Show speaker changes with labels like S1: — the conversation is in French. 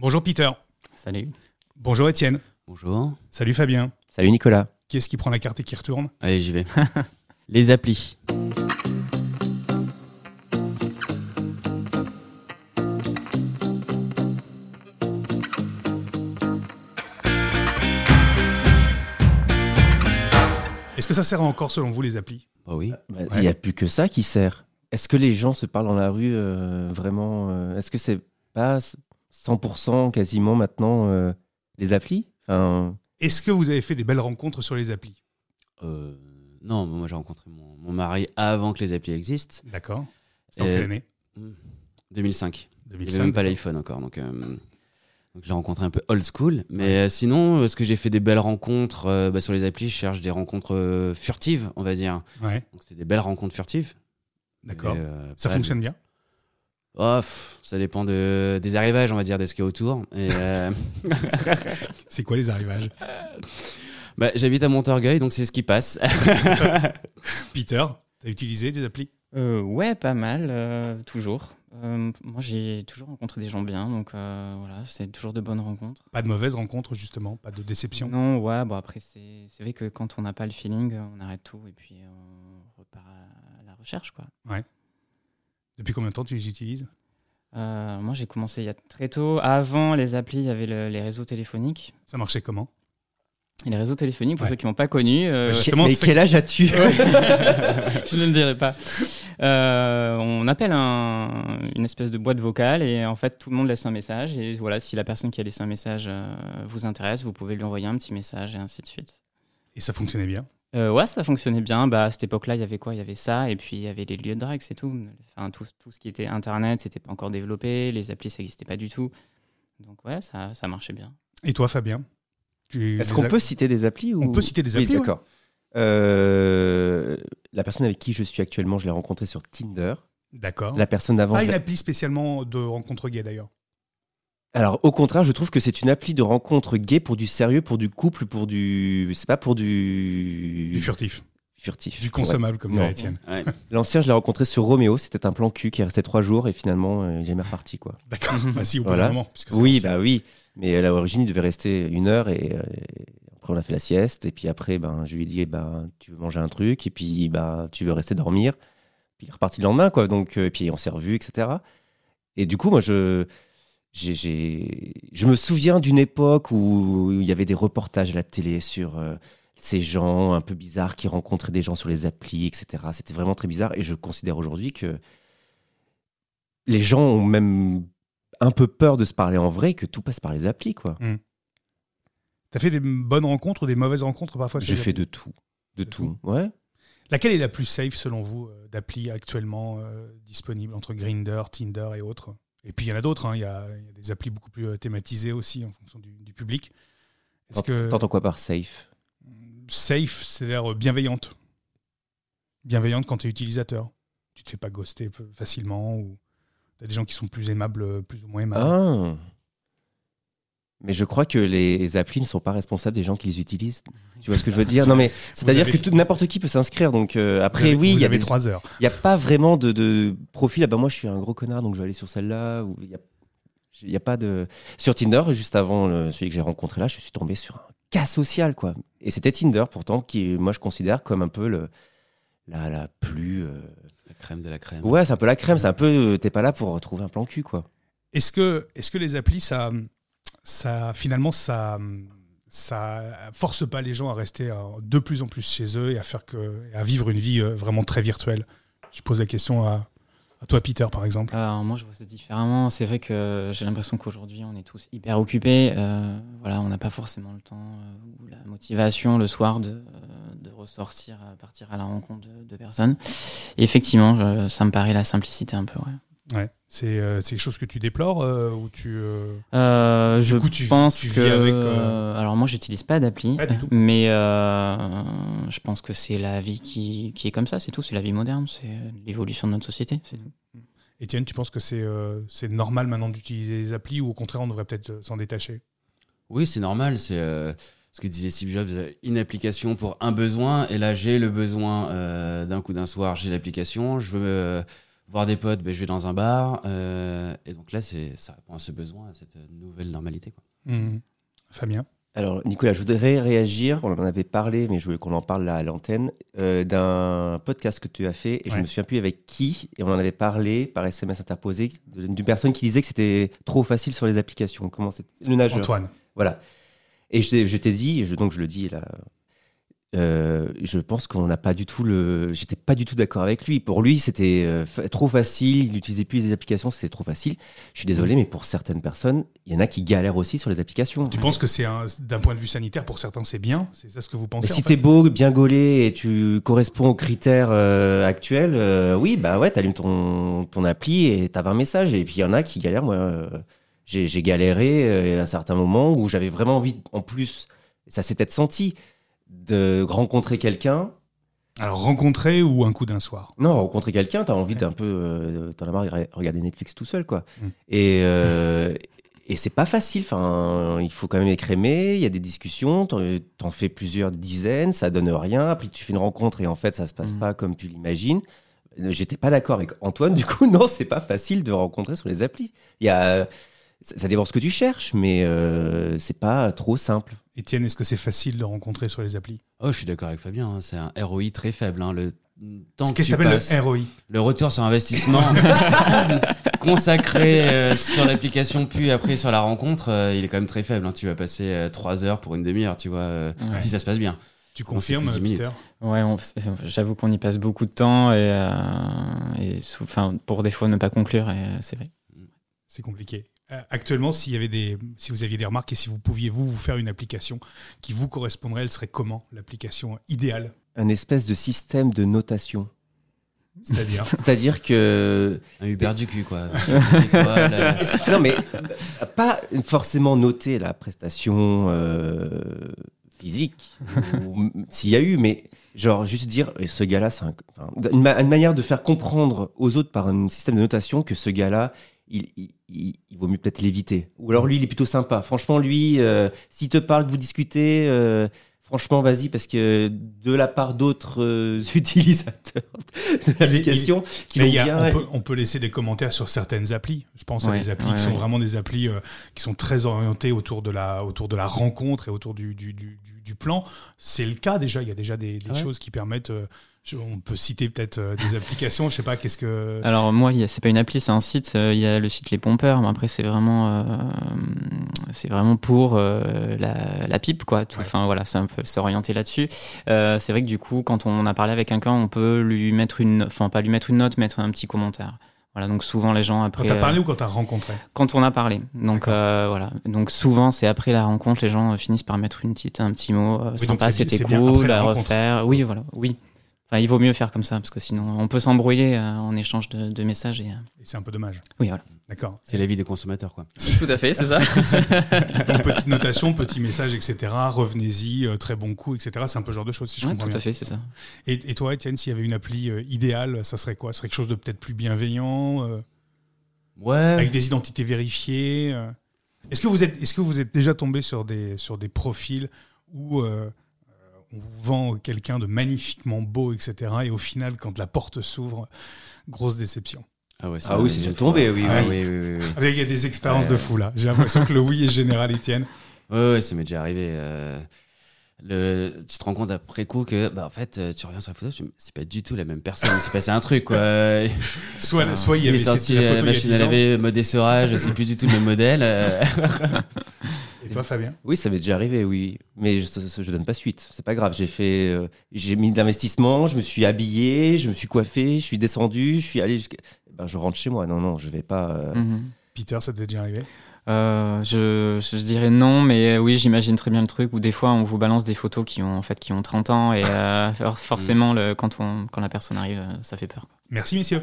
S1: Bonjour Peter.
S2: Salut.
S1: Bonjour Étienne.
S2: Bonjour.
S1: Salut Fabien.
S3: Salut Nicolas.
S1: Qui est-ce qui prend la carte et qui retourne
S2: Allez, j'y vais.
S3: Les applis.
S1: Est-ce que ça sert encore selon vous les applis
S2: Bah oui.
S3: Bah, Il
S1: Ouais.
S3: n'y a plus que ça qui sert. Est-ce que les gens se parlent dans la rue euh, vraiment euh, Est-ce que c'est pas 100% quasiment maintenant euh, les applis enfin,
S1: Est-ce que vous avez fait des belles rencontres sur les applis
S2: Euh, non, moi j'ai rencontré mon, mon mari avant que les applis existent.
S1: D'accord. C'était en
S2: Euh,
S1: quelle année
S2: Hmm. 2005. Il n'y
S1: 2005.
S2: avait même pas l'iPhone encore. Donc, euh, donc je l'ai rencontré un peu old school. Mais euh, sinon, est-ce que j'ai fait des belles rencontres euh, bah, sur les applis Je cherche des rencontres euh, furtives, on va dire.
S1: Ouais,
S2: Donc c'était des belles rencontres furtives.
S1: d'accord.
S2: Et, euh,
S1: Ça
S2: pas-
S1: fonctionne bien
S2: Oh, pff, Ça dépend de, des arrivages, on va dire, de ce qu'il y a autour. Et, euh,
S1: C'est quoi les arrivages
S2: bah, J'habite à Montorgueil, donc c'est ce qui passe.
S1: Peter, t'as utilisé des applis
S4: Euh, ouais, pas mal, euh, toujours. Euh, moi, j'ai toujours rencontré des gens bien, donc euh, voilà, c'est toujours de bonnes rencontres.
S1: Pas de mauvaises rencontres justement, pas de déception.
S4: Non, ouais, bon, après, c'est c'est vrai que quand on n'a pas le feeling, euh, on arrête tout et puis on repart à la recherche, quoi.
S1: Depuis combien de temps tu les utilises
S4: Euh, moi, j'ai commencé il y a très tôt. Avant les applis, il y avait le- les réseaux téléphoniques.
S1: Ça marchait comment
S4: Et les réseaux téléphoniques, pour
S1: Ouais.
S4: ceux qui m'ont pas connu, euh,
S1: Bah, Justement,
S3: mais
S1: c'est-
S3: quel âge as-tu
S4: je ne le dirai pas. Euh, on appelle un- une espèce de boîte vocale et en fait tout le monde laisse un message et voilà si la personne qui a laissé un message euh, vous intéresse vous pouvez lui envoyer un petit message et ainsi de suite.
S1: Et ça fonctionnait bien
S4: Euh, ouais ça fonctionnait bien bah à cette époque-là il y avait quoi il y avait ça et puis il y avait les lieux de drague c'est tout enfin tout, tout ce qui était internet c'était pas encore développé les applis ça n'existait pas du tout donc ouais ça ça marchait bien.
S1: Et toi Fabien Tu-
S3: Est-ce
S1: les
S3: qu'on
S1: a-
S3: peut citer des applis ou...
S1: On peut citer des
S3: Oui,
S1: applis ouais.
S3: d'accord. Euh, la personne avec qui je suis actuellement, je l'ai rencontrée sur Tinder.
S1: D'accord.
S3: La personne d'avant.
S1: Pas
S3: je
S1: une
S3: l'ai-
S1: appli spécialement de rencontre gay d'ailleurs.
S3: Alors au contraire, je trouve que c'est une appli de rencontre gay pour du sérieux, pour du couple, pour du. C'est pas pour du.
S1: Du furtif,
S3: furtif.
S1: du
S3: Ouais.
S1: consommable comme
S3: Non.
S1: dirait Étienne.
S2: Ouais.
S3: L'ancien, je l'ai rencontré sur Roméo. C'était un plan cul qui est resté trois jours et finalement, euh, il est jamais reparti, quoi.
S1: D'accord. Enfin, si, au bout
S3: Mhm. Voilà.
S1: d'un moment. puisque ça
S3: Oui,
S1: reste-
S3: bah oui. Mais à l'origine, il devait rester une heure et euh, après, on a fait la sieste. Et puis après, ben, je lui ai dit, ben, tu veux manger un truc et puis ben, tu veux rester dormir. Puis il est reparti le lendemain, quoi. Donc, euh, et puis on s'est revus, etc. Et du coup, moi, je. j'ai- j'ai- Je me souviens d'une époque où il y avait des reportages à la télé sur euh, ces gens un peu bizarres qui rencontraient des gens sur les applis, etc. C'était vraiment très bizarre et je considère aujourd'hui que les gens ont même un peu peur de se parler en vrai que tout passe par les applis, quoi.
S1: T'as fait des bonnes rencontres ou des mauvaises rencontres parfois
S3: J'ai
S1: sur-
S3: fait de tout. De
S1: tout.
S3: tout. Ouais.
S1: Laquelle est la plus safe selon vous euh, d'appli actuellement euh, disponible entre Grinder, Tinder et autres Et puis il y en a d'autres, hein, il y, a il y a des applis beaucoup plus euh, thématisées aussi en fonction du, du public. Est-ce que
S3: T'entends quoi par safe
S1: safe, c'est l'air euh, bienveillante Bienveillante quand tu es utilisateur. Tu te fais pas ghoster peu- facilement ou t'as des gens qui sont plus aimables, euh, plus ou moins aimables.
S3: Ah. Mais je crois que les applis ne sont pas responsables des gens qui les utilisent. Tu vois ce que je veux dire Non, mais c'est-à-dire
S1: avez-
S3: que tout- n'importe qui peut s'inscrire. Donc euh,
S1: Vous
S3: après,
S1: avez-
S3: oui,
S1: vous
S3: il y a
S1: avez
S3: des-
S1: trois heures.
S3: il y a pas vraiment de, de profil. Ah ben moi, je suis un gros connard, donc je vais aller sur celle-là. ou Il y a, il y a pas de sur Tinder. Juste avant euh, celui que j'ai rencontré là, je suis tombé sur un cas social, quoi. Et c'était Tinder, pourtant, qui moi je considère comme un peu le la la plus euh,
S2: La crème de la crème.
S3: Ouais, c'est un peu la crème, c'est un peu. euh, T'es pas là pour trouver un plan cul, quoi.
S1: Est-ce que, est que les applis, ça, ça, finalement, ça, ça force pas les gens à rester euh, de plus en plus chez eux et à, faire que, et à vivre une vie euh, vraiment très virtuelle Je pose la question à, à toi, Peter, par exemple.
S4: Alors, moi, je vois ça différemment. C'est vrai que j'ai l'impression qu'aujourd'hui, on est tous hyper occupés. Euh, voilà, on n'a pas forcément le temps euh, ou la motivation le soir de, euh, de ressortir, euh, partir à la rencontre de, de personnes. Et effectivement, je- ça me paraît la simplicité un peu. ouais.
S1: Ouais. C'est euh, c'est quelque chose que tu déplores euh, ou tu. euh,
S4: Euh, je
S1: coup, tu vis-
S4: pense
S1: tu vis
S4: que.
S1: avec, euh,
S4: Alors, moi, j'utilise pas d'appli,
S1: Pas du tout.
S4: mais euh, je pense que c'est la vie qui, qui est comme ça, c'est tout. C'est la vie moderne, c'est euh, l'évolution de notre société, c'est tout.
S1: Étienne, tu penses que c'est euh, c'est normal maintenant d'utiliser les applis ou au contraire, on devrait peut-être euh, s'en détacher
S2: Oui, c'est normal. C'est euh, ce que disait Steve Jobs, euh, une application pour un besoin. Et là, j'ai le besoin euh, d'un coup d'un soir, j'ai l'application. Je veux euh, Voir des potes, ben, je vais dans un bar. euh, et donc là, c'est- ça répond à ce besoin, à cette euh, nouvelle normalité. Quoi.
S3: Mmh.
S1: Mhm. Fabien
S3: Alors, Nicolas, je voudrais réagir. On en avait parlé, mais je voulais qu'on en parle là à l'antenne, euh, d'un podcast que tu as fait. Et je
S1: Ouais.
S3: me souviens plus avec qui. Et on en avait parlé par SMS interposé de- d'une personne qui disait que c'était trop facile sur les applications. Comment c'était Le nageur.
S1: Antoine.
S3: Voilà. Et je, t'ai- je t'ai dit, et je- donc je le dis là. euh, je pense qu'on n'a pas du tout le. J'étais pas du tout d'accord avec lui. Pour lui, c'était euh, fa- trop facile. Il n'utilisait plus les applications, c'était trop facile. Je suis désolé, mais pour certaines personnes, il y en a qui galèrent aussi sur les applications.
S1: Tu penses que c'est un- d'un point de vue sanitaire, pour certains, c'est bien C'est ça ce que vous
S3: Mais
S1: pensez
S3: si
S1: en fait
S3: t'es beau, bien gaulé et tu corresponds aux critères euh, actuels, euh, oui, bah ouais, t'allumes ton, ton appli et t'as 20 messages. Et puis il y en a qui galèrent. Moi, euh, j'ai j'ai galéré euh, à certains moments où j'avais vraiment envie, en plus, ça s'est peut-être senti, de rencontrer quelqu'un.
S1: Alors, rencontrer ou un coup d'un soir
S3: Non, rencontrer quelqu'un, t'as envie d'un peu. euh, t'en as marre de re- regarder Netflix tout seul, quoi.
S1: Mm.
S3: Et. euh, Et c'est pas facile, enfin, il faut quand même écrémer, il y a des discussions, t'en t'en fais plusieurs dizaines, ça donne rien, après tu fais une rencontre et en fait ça se passe
S4: Mm.
S3: pas comme tu l'imagines. Euh, J'étais pas d'accord avec Antoine, du coup, non, c'est pas facile de rencontrer sur les applis. Il y a, ça, ça dépend ce que tu cherches, mais euh, c'est pas trop simple.
S1: Étienne, est-ce que c'est facile de rencontrer sur les applis
S2: Oh, je suis d'accord avec Fabien, hein, c'est un ROI très faible. hein, le temps que
S1: Qu'est-ce
S2: tu
S1: que t'appelles
S2: passes,
S1: le
S2: le,
S1: ROI
S2: retour sur investissement consacré euh, sur l'application puis après sur la rencontre, euh, il est quand même très faible. hein. tu vas passer euh, trois heures pour une demi-heure, tu vois, euh,
S4: Ouais.
S2: si ça se passe bien.
S1: Tu
S2: Sinon,
S1: confirmes,
S2: c'est plus dix
S1: Peter
S4: Ouais, on- c'est- j'avoue qu'on y passe beaucoup de temps et, euh, et sous- enfin, pour des fois ne pas conclure, et, euh, c'est vrai.
S1: C'est compliqué. Euh, Actuellement, s'il y avait des, si vous aviez des remarques et si vous pouviez vous, vous faire une application qui vous correspondrait, elle serait comment l'application idéale
S3: Un espèce de système de notation.
S1: C'est-à-dire
S3: C'est-à-dire que
S2: Un Uber du cul, quoi. Tu vois, là,
S3: non mais pas forcément noter la prestation euh, physique ou m- s'il y a eu mais genre juste dire eh, ce gars-là c'est un- enfin, une, ma- une manière de faire comprendre aux autres par un système de notation que ce gars-là il, il- il- il vaut mieux peut-être l'éviter ou alors lui il est plutôt sympa franchement lui euh, s'il te parle que vous discutez euh, Franchement, vas-y, parce que de la part d'autres euh, utilisateurs de l'application qui
S1: Mais
S3: vont
S1: il y a-
S3: bien,
S1: on, peut, on peut laisser des commentaires sur certaines applis. Je pense à
S4: Ouais,
S1: des applis
S4: ouais,
S1: qui sont
S4: ouais.
S1: vraiment des applis euh, qui sont très orientées autour de la, autour de la rencontre et autour du, du, du- du- du plan. C'est le cas déjà. Il y a déjà des, des
S2: Ouais.
S1: choses qui permettent. euh, je- on peut citer peut-être euh, des applications. Je sais pas qu'est-ce que.
S4: Alors moi, il y a- c'est pas une appli, c'est un site. euh, Il y a le site Les Pompeurs, mais après c'est vraiment, euh, c'est vraiment pour euh, la, la pipe, quoi. Tout, Enfin voilà, c'est un peu s'orienter là-dessus. Euh, c'est vrai que du coup, quand on a parlé avec quelqu'un, on peut lui mettre une, enfin pas lui mettre une note, mettre un petit commentaire. Voilà, donc souvent les gens
S1: Quand
S4: après.
S1: t'as
S4: euh,
S1: parlé ou quand t'as rencontré
S4: quand on a parlé. Donc
S1: D'accord.
S4: euh, voilà. Donc souvent c'est après la rencontre, les gens euh, finissent par mettre une petite, un petit mot euh,
S1: donc
S4: sympa,
S1: c'est-
S4: c'était
S1: c'est bien après
S4: cool,
S1: la
S4: à
S1: rencontre.
S4: refaire. Oui, voilà, oui. Enfin, il vaut mieux faire comme ça parce que sinon on peut s'embrouiller euh, en échange de, de messages. Et, euh,
S1: Et c'est un peu dommage.
S4: Oui, voilà.
S1: D'accord.
S2: c'est la vie des consommateurs, quoi.
S4: Tout à fait, c'est ça.
S1: Donc, petite notation, petit message, etc. Revenez-y, euh, très bon coup, etc. C'est un peu ce genre de choses, si je comprends
S4: tout à
S1: bien.
S4: fait, c'est ça.
S1: Et, et toi, Étienne, s'il y avait une appli euh, idéale, ça serait quoi Ça serait quelque chose de peut-être plus bienveillant, euh,
S4: Euh.
S2: Ouais.
S1: avec des identités vérifiées euh. Est-ce que, est que vous êtes déjà tombé sur des, sur des profils où euh, euh, on vous vend quelqu'un de magnifiquement beau, etc. Et au final, quand la porte s'ouvre, grosse déception.
S2: Ah, ouais, ça
S3: Ah
S2: m'est
S3: oui,
S2: arrivé
S3: c'est
S2: une
S3: tombé,
S2: fois.
S3: oui,
S2: Ah
S3: oui.
S2: oui, oui, oui.
S1: Ah, Il y a des expériences
S2: Ouais.
S1: de fou là. J'ai l'impression que le oui est général, Étienne.
S2: Ouais, ouais, ça m'est déjà arrivé. euh, le, tu te rends compte après coup que, bah, en fait, euh, tu reviens sur la photo, tu dis, c'est pas du tout la même personne, il s'est passé un truc, quoi.
S1: Soit, soit il y
S2: est
S1: avait
S2: sorti
S1: cette- la
S2: euh,
S1: photo il y a
S2: machine à
S1: 10 ans.
S2: laver, mode essorage, c'est plus du tout le même modèle. euh.
S1: Et toi, Fabien
S3: Oui, ça m'est déjà arrivé, oui. Mais je, je- je donne pas suite. C'est pas grave. J'ai fait, euh, j'ai mis de l'investissement. Je me suis habillé, je me suis coiffé, je suis descendu, je suis allé. jusqu'à- Ben, je rentre chez moi. Non, non, je vais pas. euh,
S4: Mhm.
S1: Peter, ça t'est déjà arrivé
S4: Euh, je, je dirais non, mais euh, oui, j'imagine très bien le truc où des fois on vous balance des photos qui ont en fait qui ont 30
S1: Mm.
S4: ans et euh, for- forcément le, quand on quand la personne arrive, euh, ça fait peur.
S1: Merci, messieurs.